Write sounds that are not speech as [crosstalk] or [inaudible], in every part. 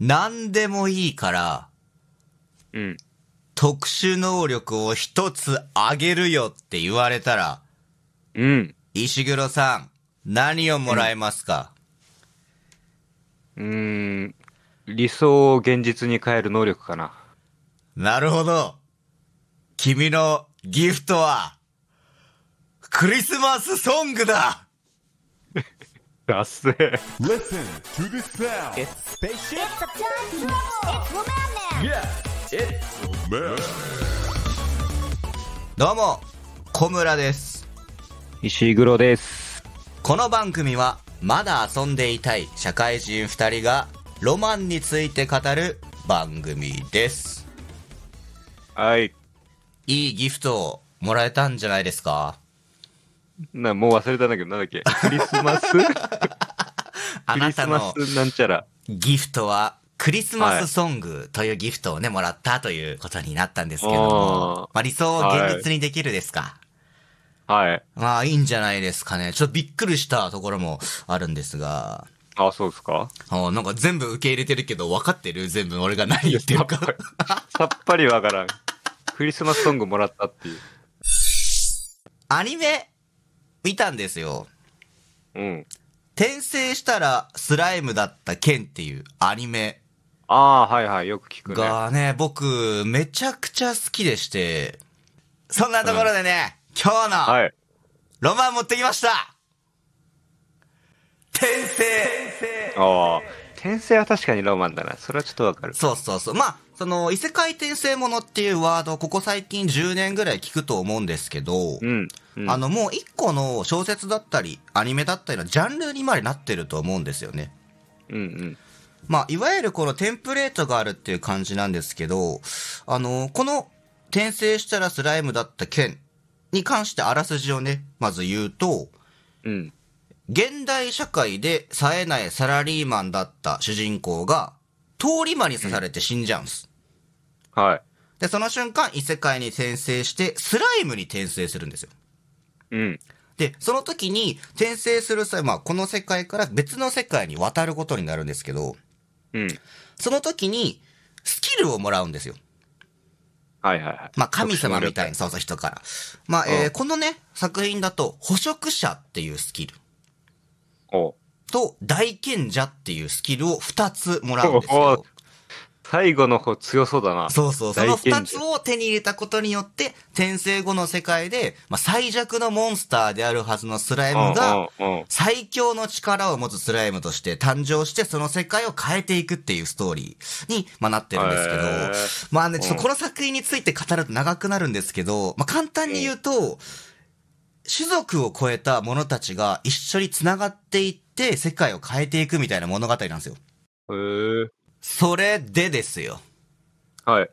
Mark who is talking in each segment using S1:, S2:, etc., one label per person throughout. S1: 何でもいいから、
S2: うん。
S1: 特殊能力を一つあげるよって言われたら、
S2: うん。
S1: 石黒さん、何をもらえますか、
S2: うーん。理想を現実に変える能力かな。
S1: なるほど。君のギフトは、クリスマスソングだ
S2: だっせー。
S3: Listen to the sound. It's spaceship. It's Yes, it's man.
S1: どうも、小村です。
S2: 石黒です。
S1: この番組はまだ遊んでいたい社会人2人がロマンについて語る番組です
S2: はい。
S1: いいギフトをもらえたんじゃないですか
S2: な、もう忘れたんだけど、なんだっ
S1: [laughs]
S2: け。クリスマス
S1: あ
S2: クリ
S1: な
S2: ス
S1: た
S2: マ
S1: の
S2: スなんちゃら。
S1: ギフトはクリスマスソングというギフトをねもらったということになったんですけど
S2: あー
S1: も、まあ、理想を現実にできるですか、
S2: はい。
S1: まあいいんじゃないですかねちょっとびっくりしたところもあるんですが
S2: あ、そうですか
S1: あーなんか全部受け入れてるけど分かってる全部俺が何言ってる
S2: [laughs]
S1: か
S2: さっぱりわからん。クリスマスソングもらったっていう。
S1: アニメ見たんですよ
S2: うん。
S1: 転生したらスライムだった剣っていうアニメ
S2: ああー、はいはい。よく聞くね。
S1: がね、僕めちゃくちゃ好きでして、そんなところでね、今日の
S2: はい。
S1: ロマン持ってきました、転生
S2: ああ。転生は確かにロマンだな。それはちょっとわかる。
S1: そうそうそう。まあ、その異世界転生ものっていうワード、ここ最近10年ぐらい聞くと思うんですけど、
S2: うん。うん
S1: あ、のもう一個の小説だったり、アニメだったりのジャンルにまでなってると思うんですよね。
S2: うんうん。
S1: まあ、いわゆるこのテンプレートがあるっていう感じなんですけど、あの、この転生したらスライムだった件に関してあらすじをね、まず言うと、
S2: うん。
S1: 現代社会で冴えないサラリーマンだった主人公が、通り魔に刺されて死んじゃうんす。
S2: はい。
S1: で、その瞬間異世界に転生して、スライムに転生するんですよ。
S2: うん。
S1: で、その時に転生する際、まあ、この世界から別の世界に渡ることになるんですけど、
S2: うん。
S1: その時に、スキルをもらうんですよ。
S2: はいはいはい。
S1: まあ、神様みたい
S2: な。
S1: な、そうそう、人から。まあ、え
S2: うん
S1: ーこのね、作品だと、捕食者っていうスキル
S2: お
S1: と、大賢者っていうスキルを2つもらうんですよ。
S2: 最後の方強そうだな。
S1: そうそう、その
S2: 大賢者
S1: 2つを手に入れたことによって、転生後の世界で、まあ、最弱のモンスターであるはずのスライムが、
S2: うんうんうん。
S1: 最強の力を持つスライムとして誕生して、その世界を変えていくっていうストーリーに、まあ、なってるんですけど、
S2: へー
S1: まあね、ちょっ
S2: うん
S1: とこの作品について語ると長くなるんですけど、まあ簡単に言うと、種族を超えた者たちが一緒に繋がっていって世界を変えていくみたいな物語なんですよ。
S2: へえ。
S1: それでですよ。
S2: はい。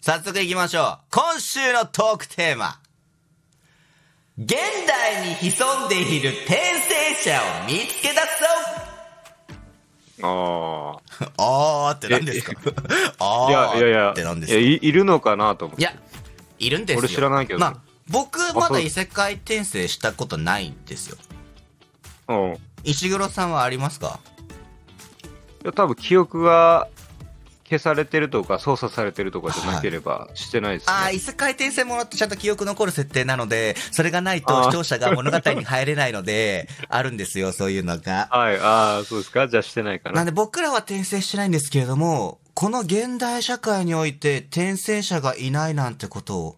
S1: 早速行きましょう。今週のトークテーマ。現代に潜んでいる転生者を見つけ出
S2: あ [laughs] あ。
S1: そうあーって何ですか
S2: [laughs] い
S1: あ
S2: やいや
S1: ー
S2: いや。
S1: って何です
S2: い
S1: か
S2: や、いいるのかなと思っ
S1: い
S2: て。
S1: や、いるんですよ。
S2: 俺知らないけど
S1: まあ、僕、ま
S2: そ
S1: だ
S2: う
S1: 異世界転生したことないんですよ。
S2: うん。い
S1: 石黒さんはありますか
S2: や、多分記憶が消されてるとか操作されてるとかじゃなければしてないですね。
S1: ああ、異世界転生ものってちゃんと記憶残る設定なので、それがないと
S2: あー
S1: 視聴者が物語に入れないので、あるんですよ、そういうのが。
S2: はい。ああ、そうですか。じゃあしてないか
S1: な
S2: な。
S1: んで僕らは転生してないんですけれども、この現代社会において転生者がいないなんてことを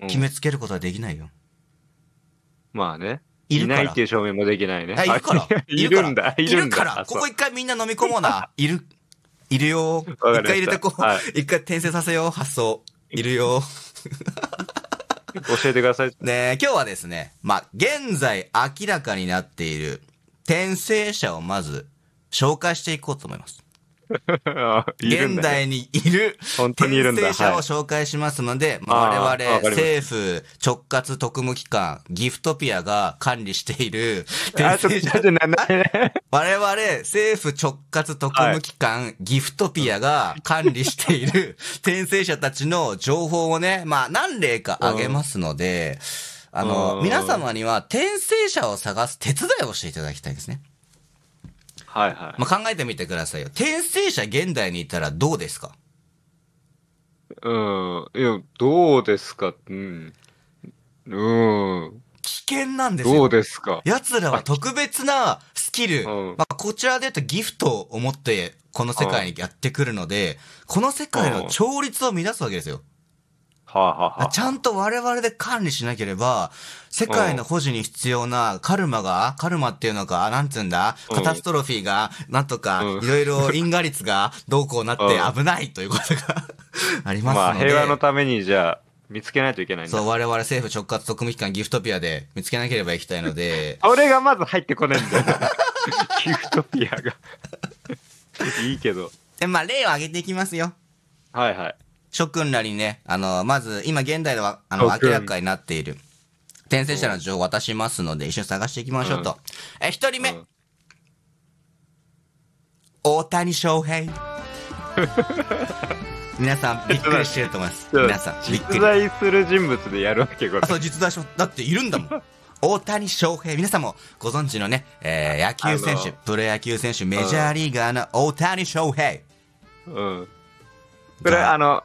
S2: うん
S1: 決めつけることはできないよ。
S2: まあね。
S1: いる
S2: い
S1: から
S2: ないっていう証明もできないね。
S1: あいるから
S2: あ。 [laughs] いるんだ。
S1: い
S2: い
S1: るからい
S2: る
S1: る
S2: ん
S1: か
S2: だ。
S1: ら。
S2: あ
S1: ここ一回みんな飲み込もう
S2: [laughs]
S1: な。いる。いるよ。一
S2: かりました
S1: 回入れてこう。
S2: は
S1: 一回転生させよう。発想。いるよ。
S2: そう教えてください。 [laughs]
S1: ねえ今日はですね、まあ、現在明らかになっている転生者をまず紹介していこうと思います。
S2: あいるん
S1: 現
S2: だね。
S1: 代にいる
S2: 本当にいるんだ
S1: 転生者を紹介しますので、まあ
S2: あ
S1: 我
S2: ー
S1: 々
S2: わかりました
S1: 政府直轄特務機関ギフトピアが管理している
S2: [laughs] あ、
S1: 転
S2: ちょ
S1: 生
S2: っと、ち
S1: 者
S2: ょっ
S1: [laughs]
S2: と、な、な、な
S1: 我々、政府直轄特務機関、ギフトピアが管理してい
S2: [laughs]
S1: る転生者たちの情報をね、まあ何例かあげますので、あの、
S2: うん
S1: 皆様には転生者を探す手伝いをしていただきたいですね。
S2: [laughs] はいはい。
S1: まあ、考えてみてくださいよ。転生者現代にいたらどうですか
S2: うん。いや、どうですかうん。うん。
S1: 危険なんですよ。
S2: どうですか
S1: 奴らは特別なスキル、
S2: うん
S1: まあ、こちらで言うとギフトを持ってこの世界にやってくるので、この世界の調律を乱すわけですよ。
S2: はあ、はあはあ、
S1: ちゃんと我々で管理しなければ、世界の保持に必要なカルマが、カルマっていうのか、なんつうんだ、
S2: うん
S1: カタストロフィーが、なんとか、
S2: うん
S1: いろいろ因果率がどうこうなって
S2: うん
S1: 危ないということが [laughs] あり
S2: ま
S1: ま
S2: あ、
S1: すので。
S2: 平和のためにじゃあ、見つけないといけないんだ。
S1: そう、我々政府直轄特務機関ギフトピアで見つけなければいけないので、 [laughs]
S2: それがまず入ってこないんだよ。ギフトピアが。いいけど。
S1: でまあ例を挙げていきますよ。
S2: はいはい。
S1: 諸君らにね、あの、まず、今現代では、あの、
S2: 諸
S1: 明
S2: 君
S1: らかになっている、転生者の情報を渡しますので、一緒に探していきましょうと。え、一人目、
S2: うん
S1: 大谷翔
S2: [laughs]
S1: 平。皆さん、びっくりしてると思います。皆さん、びっく
S2: 実
S1: り。
S2: 在する人物でやるわけ、これ
S1: あ、。そう、実在しだっているんだも
S2: [laughs]
S1: ん。大谷翔平、皆さんもご存知のね、えー野球選
S2: あ
S1: 手
S2: の、
S1: プロ野球選手、メジャーリーガーの大谷翔平。
S2: うん。これ、あの、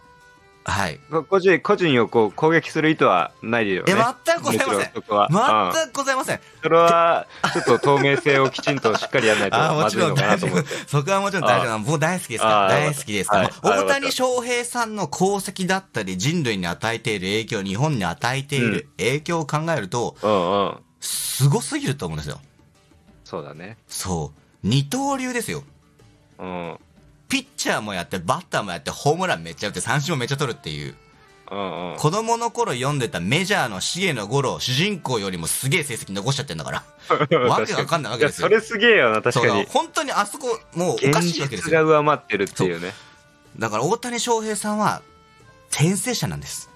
S1: はい。
S2: こ個人、個人をこう攻撃する意図はないよ
S1: え、
S2: ね。
S1: 全くございま
S2: も
S1: せ
S2: ち
S1: ん。
S2: ろそこは。うん
S1: 全くございません。
S2: それは、ちょっと透明性をきちんとしっかりやらないと
S1: あー
S2: ま
S1: も
S2: ず
S1: ち
S2: い
S1: ろ
S2: の
S1: ん
S2: かな
S1: 大
S2: と
S1: 丈
S2: 思っ
S1: 夫 [laughs]
S2: て。。
S1: そこはもちろん大丈夫なの。僕大好きですから。
S2: あー
S1: 大好きですから。
S2: はい
S1: もう
S2: はい
S1: 大谷翔平さんの功績だったり、人類に与えている影響、日本に与えている影響を考えると、
S2: うんうん。
S1: すごすぎると思うんですよ。
S2: そうだね。
S1: そう。二刀流ですよ。
S2: うん。うん
S1: ピッチャーもやって、バッターもやって、ホームランめっちゃ打って、三振もめっちゃ取るっていう。
S2: うん。
S1: 子供の頃読んでたメジャーの重野五郎、主人公よりもすげえ成績残しちゃってんだから。わけわかんないわけですよ
S2: いやそれすげえよな、確
S1: そうだ
S2: かに。
S1: 本当にあそこ、もうおか
S2: 現
S1: しいわけです
S2: 実
S1: よ
S2: が。上回ってるっていうね。
S1: だから大谷翔平さんは転生者なんです。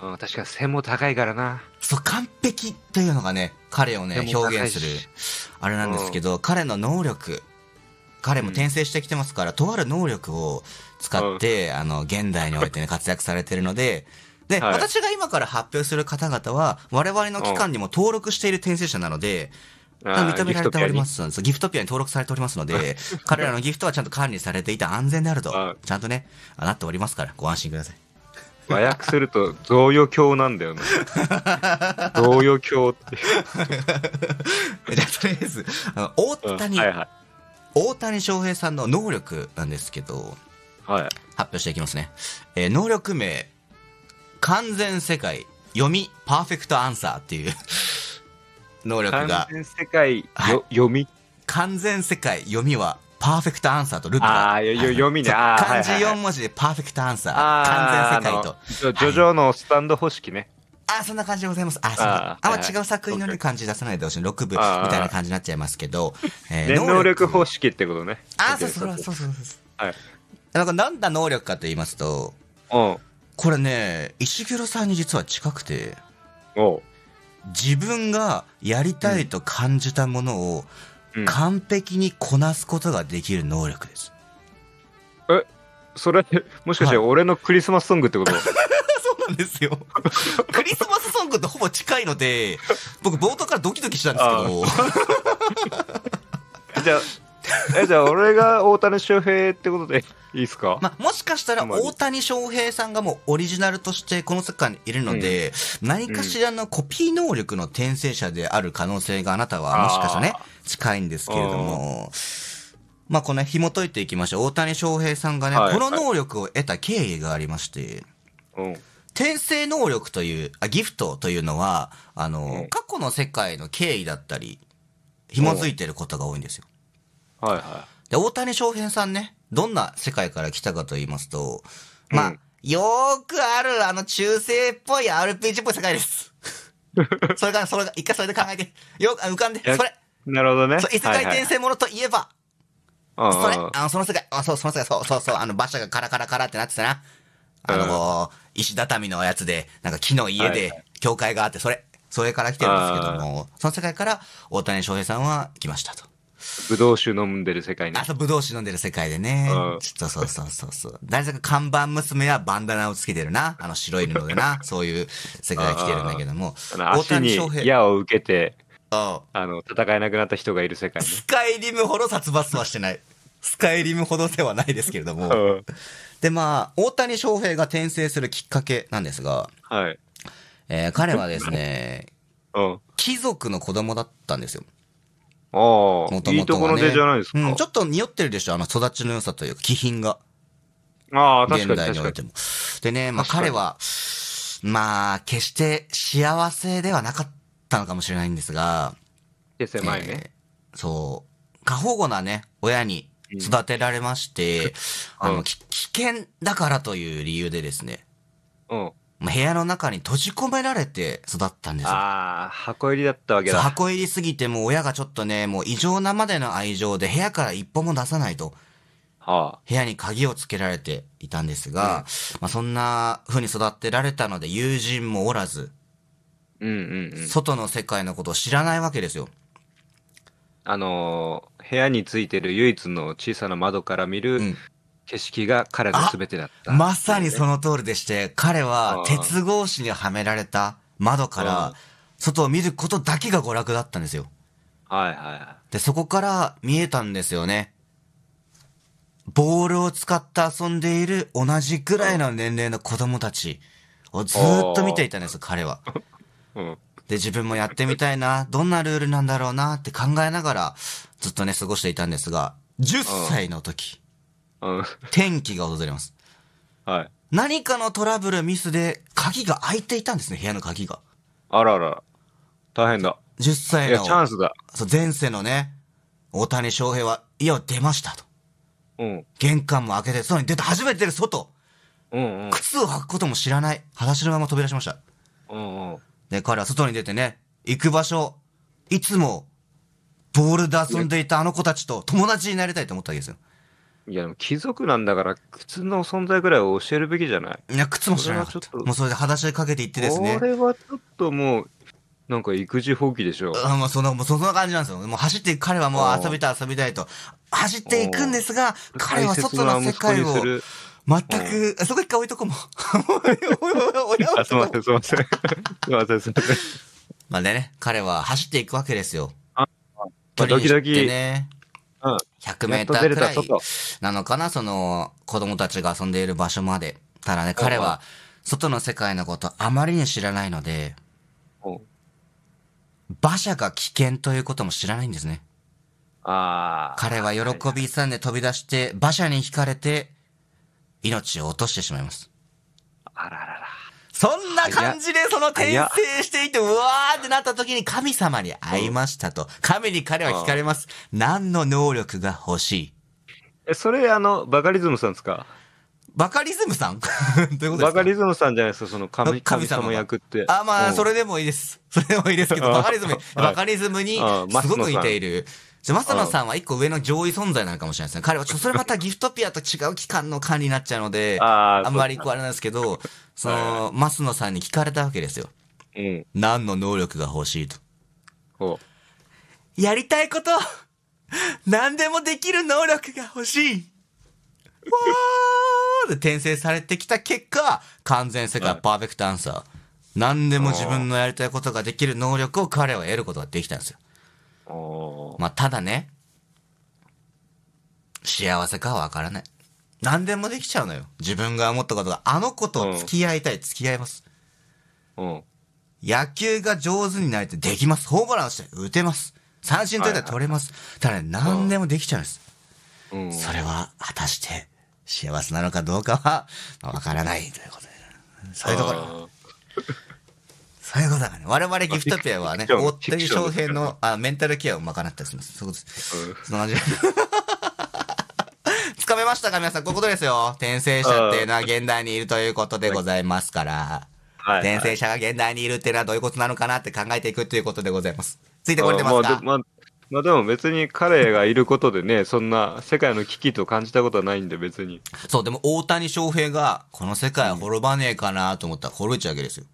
S2: うん、確かに背も高いからな。
S1: そう、完璧というのがね、彼をね、
S2: でも
S1: 表現する
S2: 高いし、
S1: あれなんですけど、彼の能力、彼も転生してきてますから、とある能力を使って、あの、現代においてね、活躍されてるので、で、
S2: はい。
S1: 私が今から発表する方々は、我々の機関にも登録している転生者なので、認められておりますす。そうギフトピアに登録されておりますので、彼らのギフトはちゃんと管理されていて安全であると
S2: はい、
S1: ちゃんとね、あなっておりますから、ご安心ください。
S2: 和訳すると、贈与教なんだよ
S1: [laughs]
S2: ね。贈与教っていう。
S1: じゃあ、とりあえず、あの
S2: う
S1: 大
S2: ん
S1: 谷、
S2: はいはい。
S1: 大谷翔平さんの能力なんですけど、
S2: はい。
S1: 発表していきますね。えー能力名、完全世界、読み、パーフェクトアンサーっていう、 [laughs] 能力
S2: 完
S1: が、
S2: 全世界よ、
S1: はい
S2: 読み。
S1: 完全世界、読みは、パーフェクトアンサーとループが
S2: ああ、よよ読みね。
S1: そう
S2: あー
S1: 漢字
S2: はいはい
S1: 4
S2: はい
S1: 文字でパーフェクトアンサー、
S2: あ
S1: 完
S2: ー
S1: 全世界と。
S2: あのジョジョのスタンド方式ね。
S1: あー、そんな感じでございます。あー、そう
S2: あ
S1: だ。
S2: ー
S1: あん
S2: はい
S1: ま
S2: はい
S1: 違う作品のね、漢字出さないでほしい。6部み
S2: あー
S1: たいな感じになっちゃいますけど、え
S2: 念能力
S1: 法
S2: 方式ってことね。
S1: あー、そうそうそう
S2: う。
S1: そうそうそう。
S2: はい。
S1: なんかなんだ能力かと言いますと、
S2: うん。
S1: これね、石黒さんに実は近くて、
S2: おう。
S1: 自分がやりたいと感じたものを
S2: うん
S1: 完璧にこなすことができる能力です。
S2: それ、もしかして俺のクリスマスソングってこと
S1: [laughs] そうなんですよ。 [laughs] クリスマスソングとほぼ近いので、僕冒頭からドキドキしたんですけど、
S2: [laughs] じゃあ、え、じゃあ俺が大谷翔平ってことでいいっすか
S1: まあ、もしかしたら大谷翔平さんがもうオリジナルとしてこの世界にいるので、何かしらのコピー能力の転生者である可能性があなたはもしかしたらね
S2: あ、
S1: 近いんですけれども、まあこの紐解いていきましょう。大谷翔平さんがね、
S2: はい
S1: この能力を得た経緯がありまして、
S2: うん。
S1: 転生能力という、あ、ギフトというのは、あの、
S2: うん
S1: 過去の世界の経緯だったり、紐づいてることが多いんですよ。
S2: はいは
S1: で、大谷翔平さんね、どんな世界から来たかと言いますと、まあ、
S2: うん
S1: よーくある、あの、中世っぽい RPG っぽい世界です。 [laughs] それから、それが、一回それで考えて、よく、あ浮かんで、
S2: いや
S1: それ、
S2: い。なるほどね。
S1: そう異世界転生ものといえば、
S2: はい
S1: そ
S2: は
S1: れ
S2: いうんうんうん、
S1: あの、その世界、あ、そう、その世界、そう、そう、そう、あの、馬車がカラカラカラってなってたな。あの、
S2: うん
S1: こう、石畳のやつで、なんか木の家
S2: はいは
S1: で、教会があって、それ、それから来てるんですけども、その世界から大谷翔平さんは来ましたと。
S2: ぶどう酒飲んでる世界ね
S1: あ。そう、ぶどう酒飲んでる世界でね
S2: うん。
S1: ちょっとそうそうそうそう。大作看板娘はバンダナをつけてるな。あの
S2: [laughs]
S1: 白い布でな。そういう世界が来てるんだけども。
S2: あの足
S1: 大谷
S2: に
S1: 翔平
S2: 矢を受けて、
S1: うん。
S2: あの、戦えなくなった人がいる世界ね。
S1: スカイリムほど殺伐はしてない。スカイリムほどではないですけれども。
S2: うん
S1: で、まあ、大谷翔平が転生するきっかけなんですが、
S2: はい。
S1: えー彼はですね、
S2: うん。
S1: 貴族の子供だったんですよ。
S2: ああ、
S1: もと
S2: いい
S1: も
S2: と
S1: と
S2: ころ
S1: はね。
S2: でじゃないですか。
S1: うんちょっと匂ってるでしょ、あの育ちの良さというか、気品が。
S2: ああ、確
S1: 現
S2: かに
S1: 代に
S2: 確
S1: お
S2: か
S1: い
S2: に。
S1: ても。でね、まあ
S2: 確かに
S1: 彼は、まあ、決して幸せではなかったのかもしれないんですが、
S2: 手狭いね。
S1: えーそう、過保護なね、親に育てられまして、
S2: [laughs] う
S1: あ
S2: んうん
S1: の、き危険だからという理由でですね、
S2: うん。あ
S1: まあ部屋の中に閉じ込められて育ったんですよ。
S2: あ、箱入りだったわけ
S1: そう
S2: だ。
S1: 箱入りすぎてもう親がちょっとね、もう異常なまでの愛情で部屋から一歩も出さないと、
S2: は
S1: 部屋に鍵をつけられていたんですが、まあそんな風に育てられたので友人もおらず、
S2: あ。うんうんうん。
S1: 外の世界のことを知らないわけですよ。
S2: あのー、部屋についてる唯一の小さな窓から見
S1: う
S2: る
S1: ん
S2: 景色が彼の全てだった。
S1: まさにその通りでして、彼は
S2: あー
S1: 鉄格子にはめられた窓か
S2: うん
S1: ら、外を見ることだけが娯楽だったんですよ。
S2: はいはいは
S1: で、そこから見えたんですよね。ボールを使って遊んでいる同じくらいの年齢の子供たちをずーっと見ていたんです、彼は。
S2: い。うん。
S1: で、自分もやってみたいな、どんなルールなんだろうなって考えながら、ずっとね、過ごしていたんですが、10歳の時、
S2: うん。 [laughs]
S1: 転機が訪れます。
S2: はい。
S1: 何かのトラブル、ミスで、鍵が開いていたんですね、部屋の鍵が。
S2: あらあら。大変だ。
S1: 10
S2: い
S1: 歳
S2: や、
S1: の
S2: チ、ャンスだ。
S1: そう前世のね、大谷翔平は、家を出ましたと。
S2: うん。
S1: 玄関も開けて、外に出て、初めて出る外。
S2: うんうん。
S1: 靴を履くことも知らない。裸足のまま飛び出しました。
S2: うんうん。
S1: で、彼は外に出てね、行く場所、いつも、ボールで遊んでいたあの子たちと友達になりたいと思ったわけですよ。
S2: いや、でも貴族なんだから、靴の存在ぐらいを教えるべきじゃない
S1: いや、靴も知らなかっ
S2: そ
S1: た。
S2: れはちょっと
S1: もうそれで裸足でかけていってですね
S2: こ。れはちょっともう、なんか育児放棄でしょ。
S1: あまあ、そんな、もうそんな感じなんですよ。もう走って、彼はも
S2: あ
S1: う遊
S2: ー
S1: びたい遊びたいと。走っていくんですが、彼は
S2: 大切
S1: 外
S2: な
S1: の
S2: 息
S1: 世
S2: 子
S1: 界
S2: に
S1: を
S2: する。
S1: 全く、あそこ一回置いとこうもう。おいおいおいおいおい
S2: あ、すみません、すみません。 [laughs] すみません、すみません。
S1: [laughs] まあね、彼は走っていくわけですよ。
S2: あ
S1: 距離に
S2: ドキド
S1: し
S2: キ
S1: てね、
S2: うん。
S1: 100
S2: や
S1: メ
S2: っ
S1: ー
S2: と
S1: タ
S2: 出
S1: ー
S2: れ
S1: く
S2: た
S1: らい
S2: 外。
S1: なのかな、その、子供たちが遊んでいる場所まで。ただね、彼は、外の世界のことあまりに知らないので、
S2: うん
S1: 馬車が危険ということも知らないんですね。
S2: ああ。
S1: 彼は喜び勇んで飛び出して、馬車に引かれて、命を落としてしまいます。
S2: あららら。
S1: そんな感じで、その転生していて、うわーってなった時に神様に会いましたと。神に彼は聞かれます。何の能力が欲しい
S2: え、それ、あの、バカリズムさんですか
S1: バカリズムさん [laughs] どういうことですか
S2: バカリズムさんじゃないですか、その神神
S1: 神様が
S2: 様役って。
S1: あ、ま
S2: う
S1: あ、
S2: ん
S1: それでもいいです。 [laughs] それでもいいですけど、
S2: うん
S1: バカリズム、
S2: はい
S1: バカリズムに
S2: うんマス
S1: す
S2: ノさん
S1: ごく似ている。じゃあマスノさんは一個上の上位存在なのかもしれないですね。彼はちょ、それまたギフトピアと違う機関の管理になっちゃうので、
S2: [laughs] あー
S1: あんまりこうあれなんですけど、その、マスノさんに聞かれたわけですよ。
S2: うん。
S1: 何の能力が欲しいと。
S2: こう。
S1: やりたいこと何でもできる能力が欲しいわーで転生されてきた結果、完全世界パーフェクトアンサー。何でも自分のやりたいことができる能力を彼は得ることができたんですよ。
S2: お
S1: まあ、ただね、幸せかはわからない。何でもできちゃうのよ。自分が思ったことが、あの子と付き合いたい、付き合います。
S2: うん。
S1: 野球が上手になれてできます。ホームランをして打てます。三振取れたら取れます。ただね、何でもできちゃうんです。
S2: うん。
S1: それは果たして幸せなのかどうかはまあわからないということで。そういうところ。
S2: あー
S1: そういうことだからね。我々ギフトペアはね、
S2: まあフィ
S1: 大
S2: クション
S1: 谷翔平のあメンタルケアを賄ったりします。そういうことです。
S2: うん
S1: そんな感じで。 [laughs] つかめましたか皆さん、こういうことですよ。転生者っていうのは現代にいるということでございますから。
S2: はいはい
S1: 転生者が現代にいるっていうのはどういうことなのかなって考えていくということでございます。ついてこれてます
S2: あ
S1: か
S2: ーまあでまあまあでも別に彼がいることでね、そんな世界の危機と感じたことはないんで別に。
S1: そう、でも大谷翔平が、この世界は滅ばねえかなと思ったら滅びちゃうわけですよ。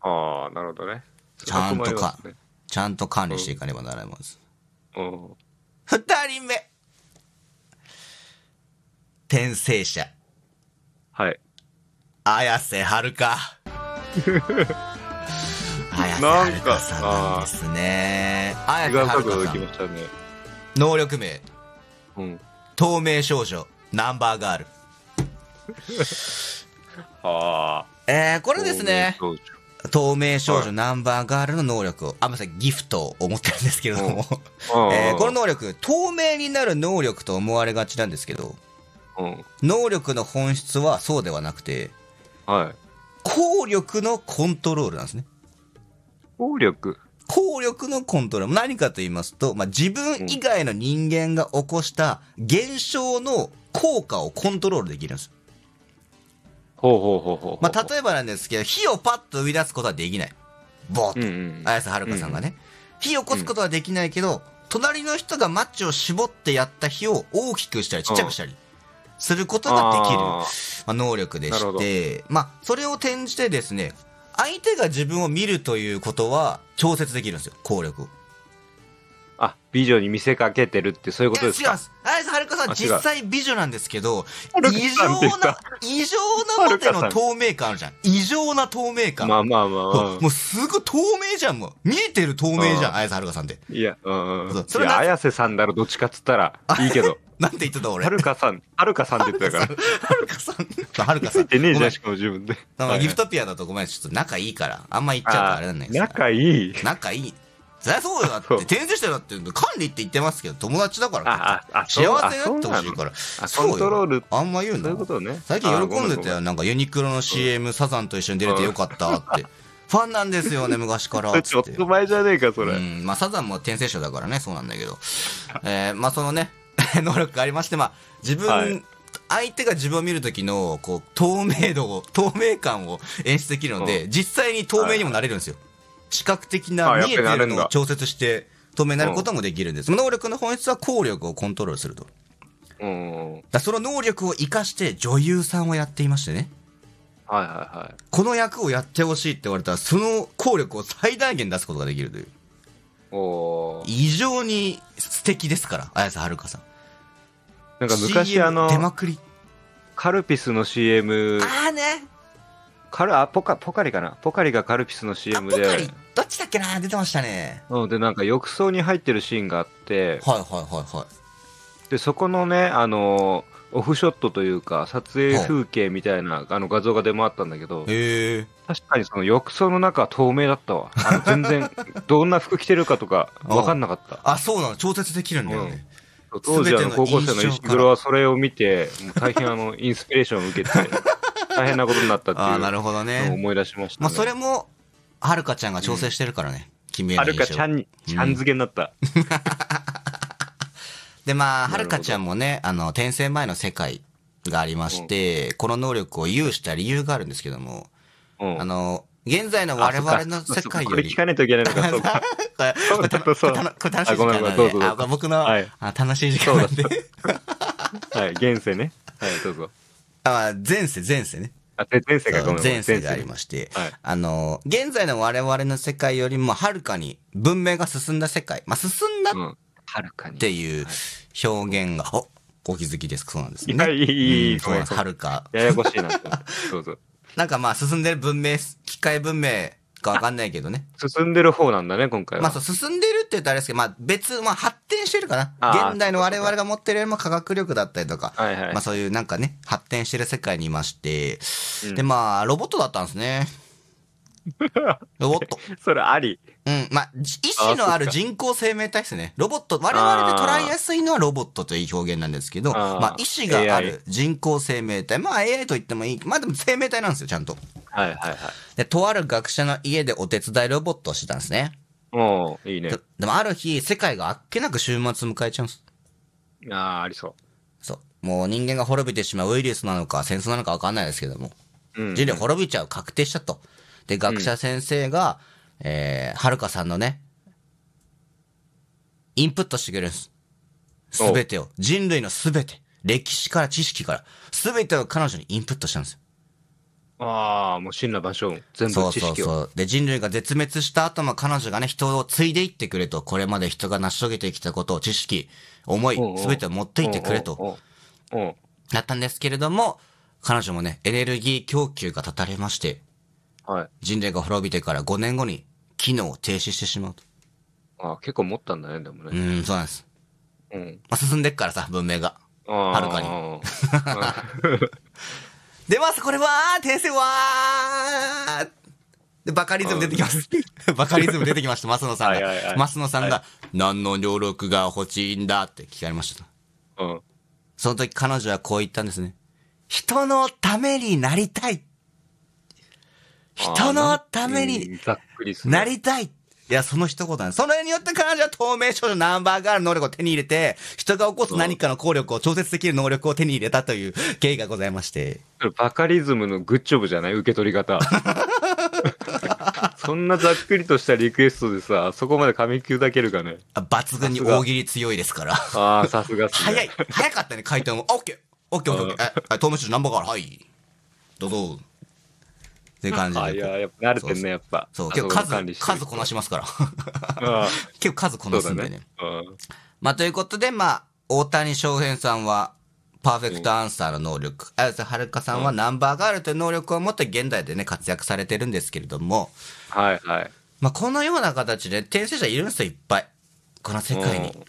S2: ああ、なるほどね。
S1: ちゃんとか
S2: それは困りますね、
S1: ちゃんと管理していかねばならないものです。
S2: うん。
S1: 二人目。転生者、
S2: はい。
S1: [laughs] 綾瀬はるか。綾綾瀬
S2: なん
S1: はる
S2: か
S1: かさんなんですね。綾
S2: 違
S1: 瀬
S2: う
S1: はる
S2: 角度
S1: かさ
S2: でき
S1: ん。
S2: ましたね。
S1: 能力名、
S2: うん。
S1: 透明少女、ナンバーガール。
S2: はあ。
S1: えー、これですね。
S2: そうそう
S1: 透明少
S2: は
S1: 女ナンバーガールの能力を、あ、ごめんなさい、ギフトを持ってるんですけれども、
S2: そ
S1: [laughs]
S2: う
S1: えーこの能力、透明になる能力と思われがちなんですけど、
S2: うん。うん
S1: 能力の本質はそうではなくて、
S2: はい。
S1: 効力のコントロールなんですね。
S2: 暴力。
S1: 効力のコントロール。何かと言いますと、まあ、自分以外の人間が起こした現象の効果をコントロールできるんです。
S2: ほうほうほうほうほう。
S1: まあ、例えばなんですけど、火をパッと生み出すことはできない。ボーッと。
S2: うんうん。
S1: 綾瀬はるかさんがね、火起こすことはできないけど、隣の人がマッチを絞ってやった火を大きくしたりちっちゃくしたりすることができる、ま
S2: あ
S1: あ、能力で
S2: なる
S1: し
S2: ほ
S1: て、まあ、それを転じてですね相手が自分を見るということは調節できるんですよ効力を。
S2: ーあ、美女に見せかけてるってそういうこ
S1: い
S2: と
S1: や違
S2: で
S1: い
S2: すか
S1: ま。す綾瀬はるかさん
S2: あ違う
S1: 実際美女なんですけど
S2: はるか
S1: 異
S2: さんで
S1: 常
S2: し
S1: な
S2: た
S1: 異常なまで
S2: は
S1: の
S2: るかさ
S1: 透明感あるじゃん異常な透明感、
S2: まあまあまあ
S1: そ
S2: ま
S1: [laughs] うもうすぐ透明じゃんもう見えてる透明じゃ
S2: うん
S1: ん綾瀬はるかさんで
S2: あ。いや、うんう。
S1: そうんそ
S2: そ
S1: れ
S2: れ
S1: な
S2: 綾瀬さんだろ、どっちかっつったら。いいけど。
S1: なんて言ってた [laughs] 俺
S2: はるかさん、はるかさんって言ってたから。
S1: はるかさん。はるか
S2: つ
S1: さん。
S2: いてねえ
S1: ご
S2: じゃ
S1: め
S2: ん、
S1: ん
S2: しかも自分で。
S1: なん
S2: は
S1: か
S2: い
S1: ギフトピアだとごめん、ちょっと仲いいから、あんま言っちゃうと
S2: あ
S1: あれなんだ
S2: ー
S1: けど。
S2: 仲いい。
S1: 仲いい。そりゃそうだって
S2: そう、
S1: 転生してだって、管理って言ってますけど、友達だから。
S2: あ、あ、あ、
S1: 幸せ
S2: そう
S1: に
S2: あ
S1: なってほしい
S2: そうなの
S1: から。
S2: あ
S1: そうよ
S2: コントロール
S1: あんま言う
S2: そういう
S1: の
S2: ことね。
S1: 最近喜んで
S2: あごめ
S1: た
S2: ごめ
S1: よ。なんかユニクロの CM、サザンと一緒に出れてよかったって。ファンなんですよね、昔から。
S2: それ [laughs] ち
S1: つ
S2: ょっ
S1: って
S2: と前じゃねえか、それ。
S1: うん、まあ、サザンも転生者だからね、そうなんだけど。えー、まあ、そのね、 [laughs] 能力がありまして、まあ、自分、
S2: はい
S1: 相手が自分を見るときの、こう、透明度を、透明感を演出できるので、実際に透明にもなれるんですよ。視覚的な
S2: あやっ
S1: 見え
S2: ぱ
S1: て
S2: りな
S1: る
S2: るんだ
S1: のを調節して、透明になることもできるんです。能力の本質は効力をコントロールすると。だか
S2: うん。はい
S1: らその能力を活かして女優さんをやっていましてね。
S2: はいは
S1: この役をやってほしいって言われたら、その効力を最大限出すことができるという。
S2: い。おー
S1: 異常に素敵ですから、綾瀬はるかさん。
S2: なんか昔
S1: CM
S2: あの、
S1: 出まくり。
S2: カルピスの CM、
S1: ああね。
S2: カルあポカポカリかなポカリがカルピスの
S1: あ
S2: CM
S1: ポカ
S2: で
S1: リ、どっちだっけな出てましたね。
S2: うんでなんか浴槽に入ってるシーンがあって、
S1: はいはいはいはい。
S2: でそこのね、あのオフショットというか、撮影風景みたいなあの画像が出回ったんだけど、
S1: へえ。
S2: 確かにその浴槽の中は透明だっ
S1: [laughs]
S2: たわ。あの全然、どんな服着てるかとか分かんなかった。
S1: あ、そうなの。調節できるんだよね。
S2: 当時
S1: 全
S2: あの
S1: ての
S2: 高校生の
S1: 印象
S2: 石
S1: から
S2: 黒はそれを見て、もう大変あのインスピレーションを受
S1: [laughs]
S2: けて、大変なことになったって
S1: ああ、な
S2: いう
S1: るほど
S2: のを
S1: ね。
S2: 思い出しました、ね。
S1: まあ、それも、はるかちゃんが調整してるからね。君へ
S2: は
S1: の
S2: る
S1: 印
S2: か
S1: 象
S2: ちゃんに、
S1: うん
S2: ちゃん付けになった。
S1: で、まあ、
S2: な
S1: は
S2: る
S1: る
S2: ほど
S1: かちゃんもね、あの、転生前の世界がありまして、この能力を有した理由があるんですけども、
S2: うん
S1: あの、現在の我々の世界
S2: あそっかそっかこ
S1: よ
S2: れ
S1: り
S2: 聞、かないといけないのか、そうか。
S1: これ
S2: そう
S1: [laughs]
S2: だ
S1: これ
S2: そう
S1: これこれ楽しい
S2: あ
S1: 時
S2: ごめん
S1: 間な
S2: ごめん
S1: ん
S2: どう
S1: で、
S2: ぞ
S1: あ僕の
S2: はい
S1: あ楽しい時間なんで。
S2: はい、現世ね。はい、どうぞ。
S1: あ前世、前世ね。
S2: あ、て前世か、ごめん。
S1: 前世がありま
S2: し
S1: して、
S2: はい
S1: あの、現在の我々の世界よりもはるかに文明が進んだ世界、まあ、進んだ
S2: た。う
S1: っ
S2: ん。はるかに。
S1: ていう表現が、おお気づきですかそうなんですね。
S2: いやいいいい
S1: うん
S2: ごめん
S1: そうはるか。
S2: ややこしいな
S1: [laughs]
S2: って。どうぞ。
S1: なんかまあ、進んでる文明、機械文明かわかんないけどね。
S2: 進んでる方なんだね、今回は。
S1: まあそう、進んでるって言うとあれですけど、まあ別、まあ発展してるか
S2: あ
S1: な。
S2: ー
S1: 現代の我々が持ってるよりも科学力だったりとか、
S2: はいはい
S1: まあそういうなんかね、発展してる世界にいまして、
S2: うん
S1: でまあ、ロボットだったんです
S2: [laughs]
S1: ね。ロボット。
S2: それあり。
S1: うん。まあ、じ意志のある
S2: あーそっか
S1: 人工生命体ですね。ロボット、我々で捉えやすいのはロボットという表現なんですけど、
S2: あー
S1: まあ、意志があ
S2: AI
S1: る人工生命体。まあ、AI と言ってもいい。まあ、でも生命体なんですよ、ちゃんと。
S2: はいはいはい。
S1: で、とある学者の家でお手伝いロボットをしてたんですね。
S2: もう、いいね
S1: で。でもある日、世界があっけなく週末を迎えちゃうんです。
S2: ああー、ありそ
S1: そう。もう人間が滅びてしまうウイルスなのか戦争なのか分かんないですけども、
S2: う。うん。
S1: 人類滅びちゃう、確定したと。で、学者先生が、えー、はるかさんのね、インプットしてくれるんです。すべてを、人類のすべて、歴史から知識から、すべてを彼女にインプットしたんですよ。
S2: ああ、もう真羅万象、全
S1: そ
S2: 部
S1: う
S2: 知
S1: そう
S2: 識を。
S1: そう。で、人類が絶滅した後も彼女がね、人を継いでいってくれと、これまで人が成し遂げてきたことを、知識、思い
S2: おうお、う
S1: すべてを持っていってくれと。
S2: うん。うんうん
S1: だったんですけれども、彼女もね、エネルギー供給が断たれまして、
S2: はい。
S1: 人類が滅びてから5年後に機能を停止してしまうと。
S2: あー結構持ったんだね、でも
S1: う
S2: ね。
S1: ん、そうなんです。
S2: うん。
S1: まあ、進んでっからさ、文明が。
S2: は
S1: るかに
S2: に。
S1: 出ます、これは転生はで、バカリズム出てきます。バカリズム出てきました、松野さんが。
S2: はいはいはい
S1: 松野さんが、何の両力が欲しいんだって聞かれました。
S2: うん。
S1: その時彼女はこう言ったんですね。人のためになりたい人のために
S2: うんざっくりする。
S1: なりたいいや、その一言なんです。その絵によって彼女は透明少女ナンバーガールの能力を手に入れて、人が起こす何かの効力を調節できる能力を手に入れたという経緯がございまして。
S2: バカリズムのグッジョブじゃない受け取
S1: [laughs]
S2: り方。そんなざっくりとしたリクエストでさ、そこまで髪切だけるかね。
S1: あ抜群に大喜利強いですから。
S2: ああ、さすがっすね。
S1: 早い。早かったね、回答も。オッケーオッケーオッケーオッケー。ええ、透明少女ナンバーガール、はい。どうぞ。っていう感じ
S2: あい
S1: でこ
S2: や、
S1: う。
S2: やっぱ慣れて
S1: そ
S2: ん
S1: うそ
S2: ね、
S1: う
S2: やっぱ。
S1: そう、
S2: あ
S1: 結構
S2: こ管理
S1: 数、
S2: してる
S1: 数こなしますから。 [laughs]
S2: あ
S1: 結構数こ
S2: あ、
S1: な
S2: そ
S1: す
S2: うん
S1: で
S2: だ
S1: ね
S2: ね。。うん
S1: まあ、ということで、まあ、大谷翔平さんは、パーフェクトアンサーの能力、綾瀬はるかさんはナンバーガールという能力を持って現代でね、活躍されてるんですけれども、
S2: はいはい。
S1: まあ、このような形で転生者いるんですよ、いっぱい。この世界に
S2: う。ん。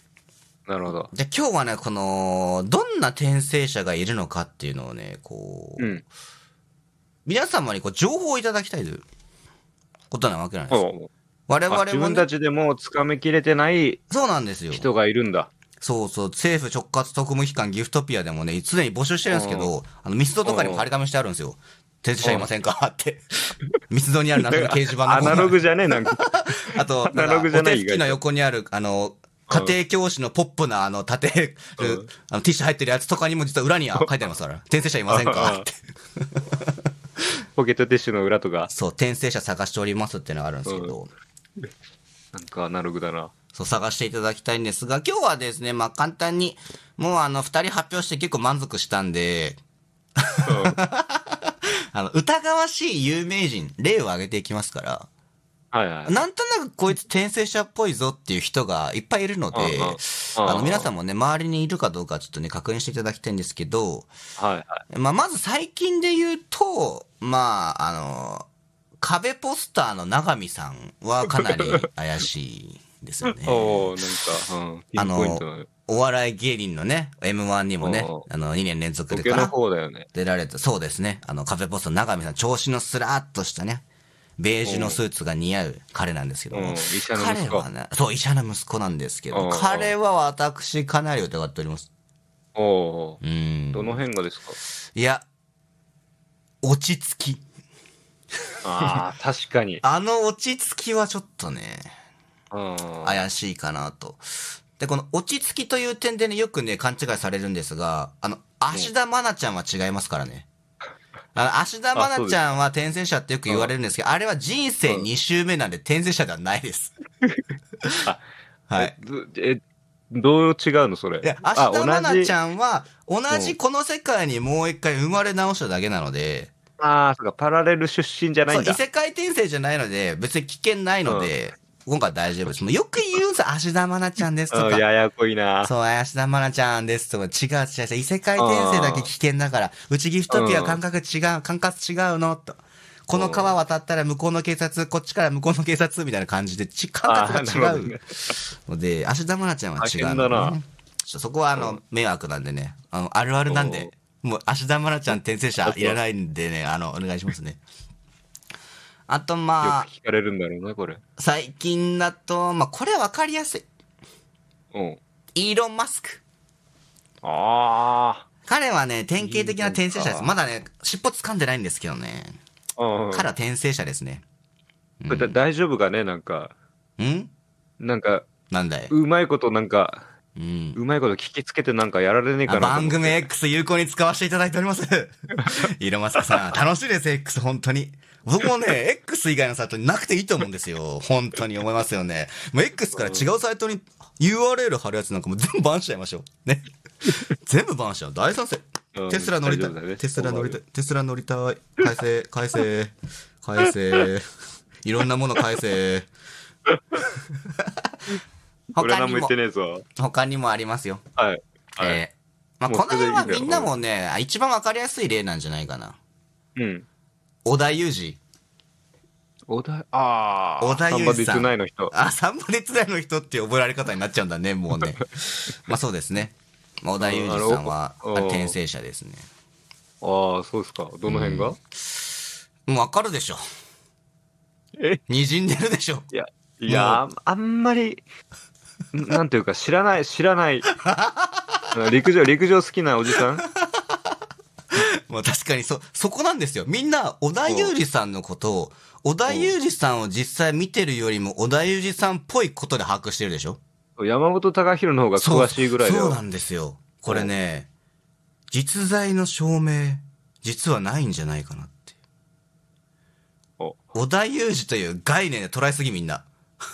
S2: なるほど。
S1: で、今日はね、この、どんな転生者がいるのかっていうのをね、こう、
S2: うん。
S1: 皆様にこう情報をいただきたいということなわけなんです。
S2: おう
S1: 我々
S2: あ
S1: も、ね、
S2: 自分たちでもつかめきれてない
S1: そうなんですよ。
S2: 人がいるんだ。
S1: そうそう、政府直轄特務機関ギフトピアでもね、常に募集してるんですけど、あの、密度とかにも張り紙してあるんですよ。転生者いませんかって。 [laughs] 密度にある謎の掲示板の
S2: アナログじゃねえ、なんか。
S1: あと、
S2: アナ
S1: なん
S2: ロ
S1: か、
S2: グじゃ
S1: お
S2: ない
S1: 手すきの横にある、あの、
S2: う
S1: 家
S2: ん
S1: 庭教師のポップな、あの、立て
S2: う
S1: る
S2: ん、
S1: あの、ティッシュ入ってるやつとかにも実は裏には書いてありますから、転生者いませんかって。
S2: ポケットティッシュの裏とか。
S1: そう、転生者探しておりますっていうのがあるんですけど、
S2: なんかアナログだな。
S1: そう、探していただきたいんですが、今日はですね、まあ、簡単に、もうあの、二人発表して結構満足したんで、
S2: うん
S1: あの、疑わしい有名人、例を挙げていきますから、
S2: はいはい。
S1: なんとなくこいつ転生者っぽいぞっていう人がいっぱいいるので
S2: うんうんうん、
S1: あの、皆さんもね、周りにいるかどうかちょっとね、確認していただきたいんですけど、
S2: はいはい。
S1: まあ、まず最近で言うと、まあ、あの、壁ポスターの永見さんはかなり怪しいですよね。
S2: [laughs] おおなんか、うん、ピ
S1: あ
S2: ンポイントな
S1: の、お笑い芸人のね、M1 にもね
S2: おう、
S1: あの、2年連続
S2: ボ
S1: で
S2: ケ
S1: か
S2: の
S1: な。
S2: 方だよね。
S1: 出られた、そうですね。あの、カフェポストの長見さん、調子のスラーっとしたね、ベージュのスーツが似合う彼なんですけど
S2: うん
S1: も、
S2: 医者の
S1: 彼
S2: 息子
S1: は。ね、そう、医者の息子なんですけ
S2: う
S1: ど、
S2: ん
S1: 彼は私かなり疑っております。
S2: おお
S1: う
S2: ーど
S1: ん。
S2: の辺がですか
S1: いや、落ち着き。
S2: ああ、確かに。
S1: あの落ち着きはちょっとね、
S2: うん。
S1: 怪しいかなと。で、この落ち着きという点でね、よくね、勘違いされるんですが、あの、芦田愛菜ちゃんは違いますから
S2: [laughs]
S1: ね。あの、芦田愛菜ちゃんは転生者ってよく言われるんですけど、あれは人生2周目なんで転生者ではないです。
S2: [laughs] あ
S1: [laughs] はい。
S2: ずえ、どう違うのそれ。
S1: いや、芦田愛菜ち
S2: ん。
S1: ゃんは、同
S2: う
S1: じ
S2: ん
S1: この世界にもう一回生まれ直しただけなので、
S2: ああ、そうか、パラレル出身じゃない
S1: そうん異
S2: だ。
S1: 世界転生じゃないので、別に危険ないので、今回は大丈夫です。もうよく言うんですよ、芦田愛菜ちゃんですと
S2: うん
S1: か。
S2: ややこいな。
S1: そう、林田愛菜ちゃんですとか、違う違う違う、異世界転生だけ危険だから、うちギフトピア感覚違う、管轄違うのと。この川渡ったら向こうの警察、こっちから向こうの警察みたいな感じで、ち感
S2: ああ
S1: 覚
S2: ー、な
S1: が
S2: る
S1: 違
S2: ほど
S1: う
S2: ね。
S1: ので、芦田愛菜ちゃんは違う
S2: 大変
S1: の
S2: だ
S1: でね、ち
S2: な
S1: ょっとそこはあ
S2: う
S1: の、迷惑なんでね、あの、あるあるなんで、もう芦田愛菜ちゃん転生者いらないんでね、あの、お願いしますね。あと、ま
S2: よ
S1: あ
S2: く、聞かれるんだろうな、これ。
S1: 最近だと、まあ、これはわかりやすい。
S2: うん。
S1: イーロン・マスク。
S2: あ
S1: 彼はね、典型的な転生者で
S2: いい
S1: す。
S2: のか
S1: まだね、尻尾掴んでないんですけどね。
S2: あ。うん。
S1: 彼は転生者ですね。
S2: これだ大丈夫かねなんか、
S1: ん
S2: なんか、
S1: なんだい。
S2: うまいことなんか、
S1: うん。
S2: うまいこと聞きつけてなんかやられねえ
S1: あ
S2: かなと思って。
S1: 番組 X 有効に使わせていただいております。 [laughs] イーロンマスクさん、楽しいです、X、本当に。僕もね、X 以外のサイトになくていいと思うんですよ。本当に思いますよね。もう X から違うサイトに URL 貼るやつなんかもう全部バンしちゃいましょう。ね。全部バンしちゃう。大賛成
S2: うん。
S1: テスラ乗りた
S2: 大丈夫だ
S1: い。
S2: ね
S1: テスラ乗りたい。テスラ乗りたい。改正、改正、改正。いろんなもの改
S2: [laughs]
S1: 正。
S2: 俺
S1: 他
S2: 何
S1: に
S2: も言
S1: も
S2: って、ねえぞ。
S1: 他にもありますよ。
S2: はい。はい。
S1: えーまあ、
S2: もう
S1: この辺は
S2: それでいいんだよ
S1: みんなもね、あ一番わかりやすい例なんじゃないかな。
S2: うん。
S1: 小田裕二。
S2: おだああ、
S1: 織田裕二さん
S2: サンバディトゥナイの人。
S1: あ、サンバディツダイの人って覚えられ方になっちゃうんだね、も
S2: [laughs]
S1: うね。まあそうですね。まあ、小田裕二さんは、
S2: うん
S1: あ転生者ですね。
S2: ああ、そうですか。どの辺が、
S1: もうわかるでしょ。
S2: え
S1: 滲んでるでしょ。 [laughs]
S2: いや、いや、ああんまり、んなんていうか、知らない、知らない。 [laughs] あの陸上、陸上好きなおじさん
S1: まあ確かにそ、そこなんですよ。みんな、小田裕二さんのことを、小田裕二さんを実際見てるよりも、小田裕二さんっぽいことで把握してるでしょ
S2: 山本貴弘の方が詳しいぐらいだ
S1: そうそ
S2: よ。
S1: うなんですよ。これね、実在の証明、実はないんじゃないかなって。
S2: お
S1: 小田裕二という概念で捉えすぎみんな。 [laughs]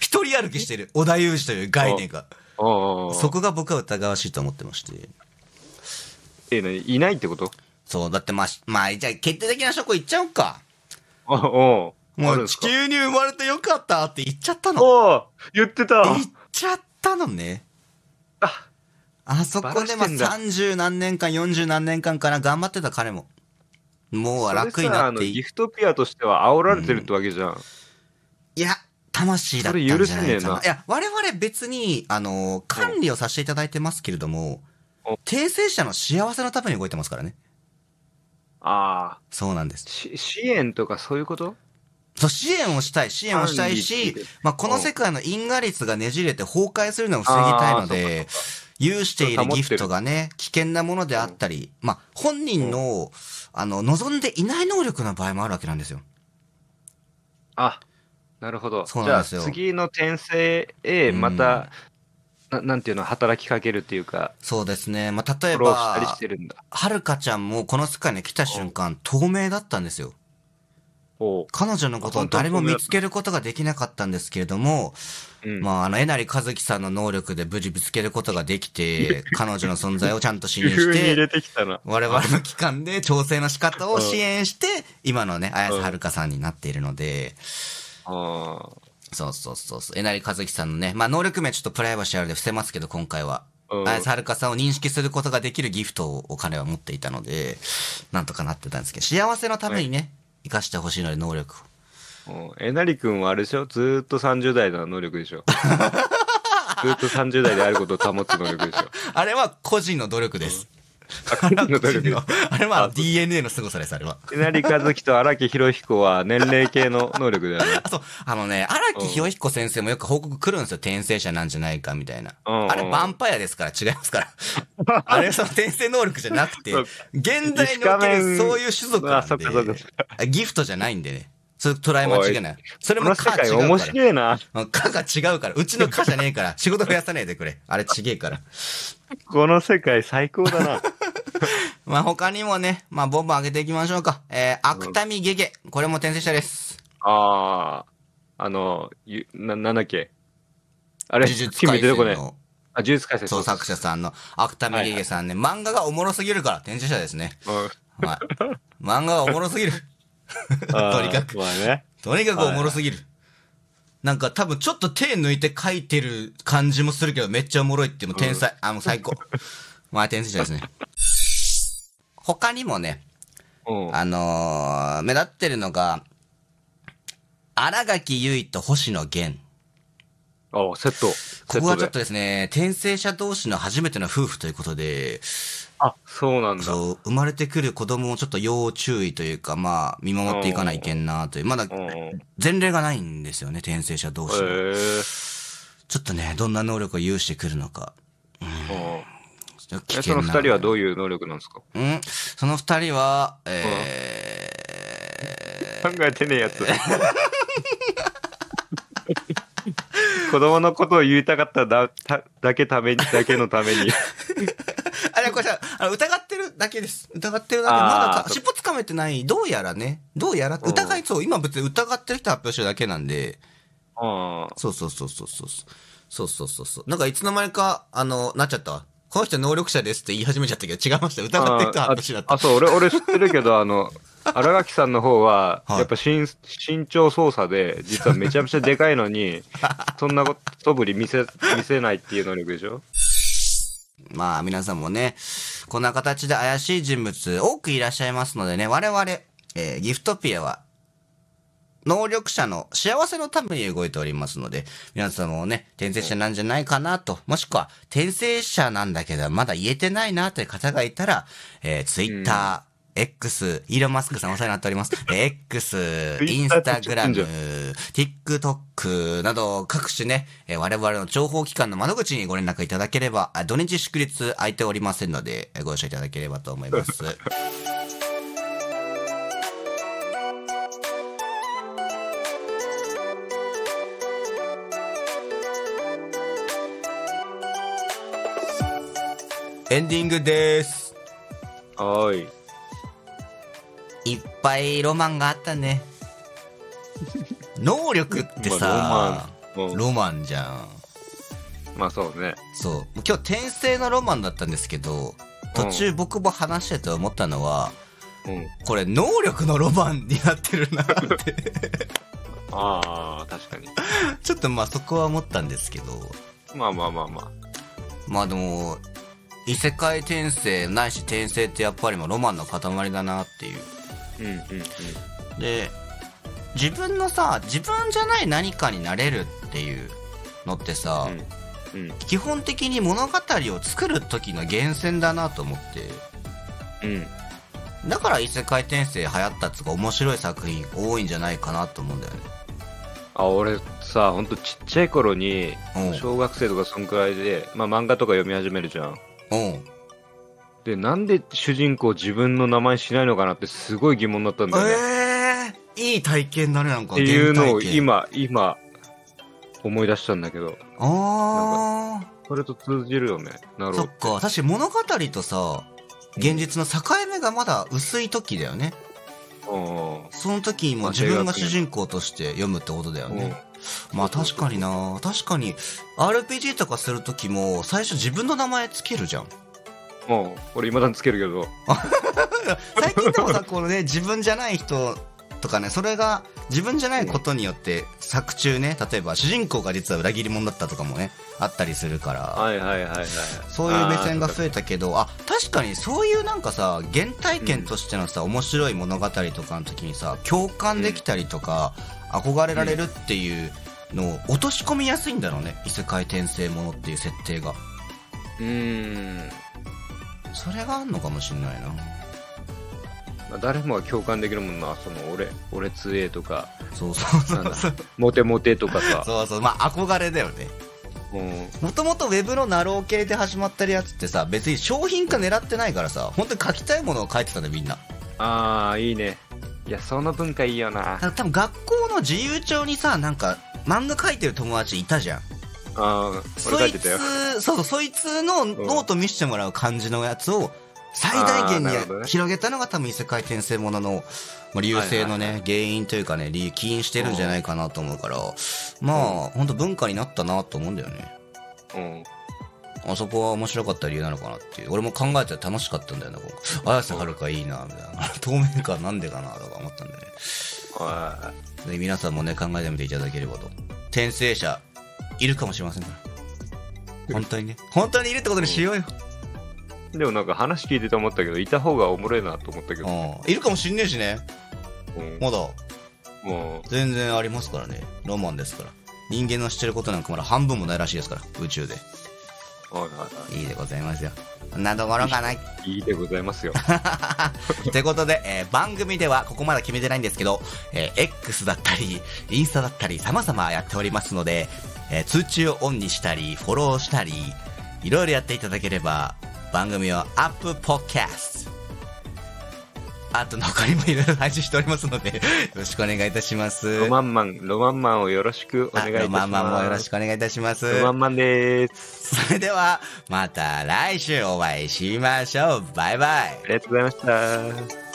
S1: 一人歩きしてる、小田裕二という概念が。
S2: ああ
S1: そこが僕は疑わしいと思ってまして。
S2: ええね、いないってこと
S1: そう、だってまあ、まあ、じゃあ決定的な証拠言っちゃおうか。
S2: あおう
S1: も
S2: あるん
S1: う
S2: です
S1: 地
S2: か
S1: 球に生まれてよかったって言っちゃったの。
S2: おう言ってた
S1: 言っちゃったのね。
S2: あ
S1: あそこでまあ
S2: バラしてんだ
S1: 30何年間、40何年間から頑張ってた彼も。もう楽になっ
S2: それさあの
S1: てい
S2: ギフトピアとしては煽られてるってわけじゃん。
S1: いや、魂だったんじゃ
S2: そ
S1: な
S2: れ
S1: い
S2: 許せ
S1: か
S2: ねえ
S1: な。
S2: ない
S1: や、我々別に、あの、管理をさせていただいてますけれども
S2: お、
S1: 訂正者の幸せのために動いてますからね。
S2: ああ
S1: そうなんです。
S2: し支援とかそういうこと
S1: そう、支援をしたい、支援をしたいし
S2: 管理、
S1: まあ、この世界の因果率がねじれて崩壊するのを防ぎたいので、有しているギフトがね、危険なものであったり、まあ、本人の、あの、望んでいない能力の場合もあるわけなんですよ。
S2: あなるほど。
S1: そうなんですよ
S2: じゃあ次の転生へまた、ななんていうの働きかけるっていうか
S1: そうですね。まあ、例
S2: フ
S1: え
S2: ォローしたり
S1: ば
S2: し、てるんだ。
S1: はるかちゃんもこの世界に来た瞬間、透明だったんですよ。
S2: おう
S1: 彼女のことを誰も見つけることができなかったんですけれども、
S2: うん
S1: まあ、あの、えなりかずきさんの能力で無事ぶつけることができて、彼女の存在をちゃんと示
S2: [laughs] 急
S1: し
S2: に入
S1: て、
S2: れてきたな。
S1: 我々の機関で調整の仕方を支援して、今のね、綾瀬はるかさんになっているので、
S2: あ
S1: そうそうそうそう、えなりかずきさんのね、まあ、能力名ちょっとプライバシーあるで伏せますけど、今回は。
S2: あ、うん
S1: 綾瀬はるかさんを認識することができるギフトをお金は持っていたので、なんとかなってたんですけど、幸せのためにね、生かしてほしいので、能力を。
S2: うんえなり君はあれでしょずーっと30代の能力で
S1: [laughs]
S2: しょずーっと30代であることを保つ能力でしょ
S1: [laughs] あれは個人の努力です。
S2: あ個人の努力で
S1: 個人のあれは DNA の凄さです、あれは。
S2: えなりかずきと荒木博彦は年齢系の能力だよね。
S1: あ、そう、あのね、荒木博彦先生もよく報告来るんですよ。転生者なんじゃないか、みたいな。
S2: うんうん
S1: あれ、ヴァンパイアですから、違います
S2: [laughs]
S1: から。あれ、その転生能力じゃなくて
S2: そう、
S1: 現代におけ
S2: イシカメ
S1: る
S2: ン
S1: そういう種族
S2: あそっかそっかそっ
S1: なんで、ギフトじゃないんでね。それ捉え間違いない。それ
S2: こ
S1: も
S2: の世
S1: か
S2: 界
S1: 違う
S2: 面
S1: から。
S2: 白いな。
S1: かが違うから。うちのかじゃねえから。仕事増やさねえでくれ。あれちげえから。
S2: この世界最高だな。
S1: まあ他にもね、まあボンボン上げていきましょうか。えー、芥見ゲゲ。これも転生者です。
S2: ああ、あの、ゆななんだっけあれ、
S1: 呪術改
S2: 君出て
S1: 正
S2: こない。あ、
S1: の
S2: 呪術改正
S1: 創作者さんの芥見ゲゲさんね、漫画がおもろすぎるから転生者ですね。
S2: う
S1: [laughs]
S2: ん
S1: はい。漫画がおもろすぎる。
S2: あー
S1: とにかく
S2: まあね。
S1: とにかくおもろすぎる。なんか多分ちょっと手抜いて書いてる感じもするけど、めっちゃおもろいって、もう天才、あ、もう [laughs] 最高。まあ転生者ですね。他にもね、
S2: うん。
S1: あのー目立ってるのが、荒垣結衣と星野源。
S2: あセット。
S1: ここはちょっ
S2: セットで。
S1: とですね、転生者同士の初めての夫婦ということで、
S2: あ、そうなんだ。
S1: そう、生まれてくる子供をちょっと要注意というか、まあ、見守っていかないけんなという、まだ
S2: うん。へ
S1: 前例がないんですよね、転生者同士の。
S2: え。
S1: ちょっとね、どんな能力を有してくるのか。
S2: うん
S1: ちょっと危
S2: え、そ
S1: 険
S2: の
S1: な。
S2: 二人はどういう能力なんですか
S1: うんその二人は、え
S2: 考えてねえやつ。 [laughs] 子供のことを言いたかっただただけために、だけのた
S1: [laughs]
S2: めに。
S1: ー、あれ、これさ、あの疑ってるだけです。疑ってるだけ。ま
S2: あー
S1: だか尻尾つかめてない。どうやらね、どうやら、
S2: うん
S1: 疑い、そう、今別に疑ってる人発表してるだけなんで、
S2: あ
S1: そうそうそうそうそう。そうそうそうそう。なんかいつの間にか、あの、なっちゃったわ。この人能力者ですって言い始めちゃったけど、違いました。疑ってる人は私だっ
S2: あ、
S1: た。
S2: そう、俺、俺知ってるけど、
S1: [laughs]
S2: あの、荒垣さんの方は、
S1: はい
S2: やっぱ身身長操作で、実はめちゃめちゃでかい
S1: [laughs]
S2: のに、そんなこと素振り見せ、見せないっていう能力でしょ
S1: まあ皆さんもね、こんな形で怪しい人物多くいらっしゃいますのでね、我々、えーギフトピアは、能力者の幸せのために動いておりますので、皆さんもね、転生者なんじゃないかなと、もしくは転生者なんだけど、まだ言えてないなという方がいたら、えー、Twitter、X、イーロン・マスクさんお世話になっております。えー X、インスタグラム、TikTok など各種ね、えー我々の情報機関の窓口にご連絡いただければ、あ土日祝日空いておりませんので、えーご容赦いただければと思います。エンディングです。
S2: はーい。
S1: いっぱいロマンがあった
S2: [laughs]
S1: ね。能力ってさ、
S2: まあロマンうん
S1: ロマンじゃん。
S2: まあそうね。
S1: そう。もう今日転生のロマンだったんですけど、途中僕も話してて思ったのは、
S2: うん。
S1: これ能力のロマンになってるな
S2: [laughs]
S1: って、
S2: ああ、確かに。
S1: ちょっとまあそこは思ったんですけど、
S2: まあまあまあま
S1: まあでも、異世界転生ないし転生ってやっぱりもうロマンの塊だなっていう。
S2: あ。うんうんうん。
S1: で自分のさ自分じゃない何かになれるっていうのってさ、
S2: うん。うん。
S1: 基本的に物語を作る時の源泉だなと思って
S2: うん。
S1: だから異世界転生流行ったっつうか面白い作品多いんじゃないかなと思うんだよね
S2: あ、俺さ、ほんとちっちゃい頃に、
S1: うん
S2: 小学生とかそんくらいで、まあ漫画とか読み始めるじゃん。
S1: うん
S2: で、なんで主人公自分の名前しないのかなってすごい疑問だったんだよね。
S1: ええいい体験だねなんか
S2: っていうのを
S1: 原体験
S2: 今、今、思い出したんだけど、
S1: あ
S2: これと通じるよね。な
S1: あ
S2: る
S1: そ
S2: ほ
S1: っ
S2: ど。
S1: か確かに物語とさ現実の境目がまだ薄い時だよね
S2: うん
S1: その時にも自分が主人公として読むってことだよね、まあ確かにな確かに RPG とかする時も最初自分の名前つけるじゃん
S2: うん。うん。俺、未だにつけるけど。
S1: 最近でもさこのね自分じゃない人とかねそれが自分じゃないことによって作中ね例えば主人公が実は裏切り者だったとかもねあったりするから
S2: はいはいはいはい。
S1: そういう目線が
S2: あー
S1: 増えたけどあ確かにそういうなんかさ原体験としてのさ面白い物語とかの時にさ共感できたりとか憧れられるっていうのを落とし込みやすいんだろうね異世界転生ものっていう設定が。
S2: うーん。
S1: それがあんのかもしんないな
S2: まあ、誰もが共感できるもんな。その、俺、俺強えとか、
S1: そうそうそ
S2: なんだ
S1: うそう
S2: モテモテとかさ。
S1: [laughs] そうそうまあ憧れだよね
S2: うん。
S1: もともとウェブのナロー系で始まったやつってさ別に商品化狙ってないからさ本当に書きたいものを書いてたねみんな
S2: ああ、いいね。いや、その文化いいよな。
S1: た多分学校の自由帳にさなんか漫画書いてる友達いたじゃん
S2: ああ、俺書いてたよ。
S1: つそうそうそいつのノート見せてもらう感じのやつを最大限
S2: あーなるほど
S1: に
S2: ね
S1: 広げたのが多分異世界転生もののまあ流星のね原因というかね理起因してるんじゃないかなと思うからまあ本当文化になったなと思うんだよね
S2: うん。
S1: あそこは面白かった理由なのかなっていう俺も考えて楽しかったんだよなこう綾瀬はるかいいなみたいな [laughs] 透明感なんでかなとか思ったんだよね
S2: あ
S1: で皆さんもね考えてみていただければと転生者いるかもしれませんから本当にね本当にいるってことにしようよ
S2: ーでもなんか話聞いてて思ったけど、いた方がおもろいなと思ったけど。
S1: うんいるかもしんねえしね
S2: うん。
S1: まだ
S2: も
S1: 全然ありますからねロマンですから人間の知ってることなんかまだ半分もないらしいですから宇宙で
S2: う、はいはいはい
S1: いでございますよこんなところかない
S2: いいでございま
S1: [laughs]
S2: すよ。
S1: ということで、えー番組ではここまだ決めてないんですけど、えー X だったり、インスタだったり、様々やっておりますので、えー通知をオンにしたり、フォローしたり、いろいろやっていただければ、番組を Apple Podcast、あと他にもいろいろ配信しておりますので、よ [laughs] ろしくお願いいたします。
S2: ロマンマン、ロマンマンをよろしくお願いいた
S1: あ
S2: し
S1: ロ
S2: ま
S1: マ
S2: す。
S1: ンマンもよろしくお願いいたします。
S2: ロマンマンでーす。
S1: それでは、また来週お会いしましょう。バイバイ。
S2: ありがとうございました。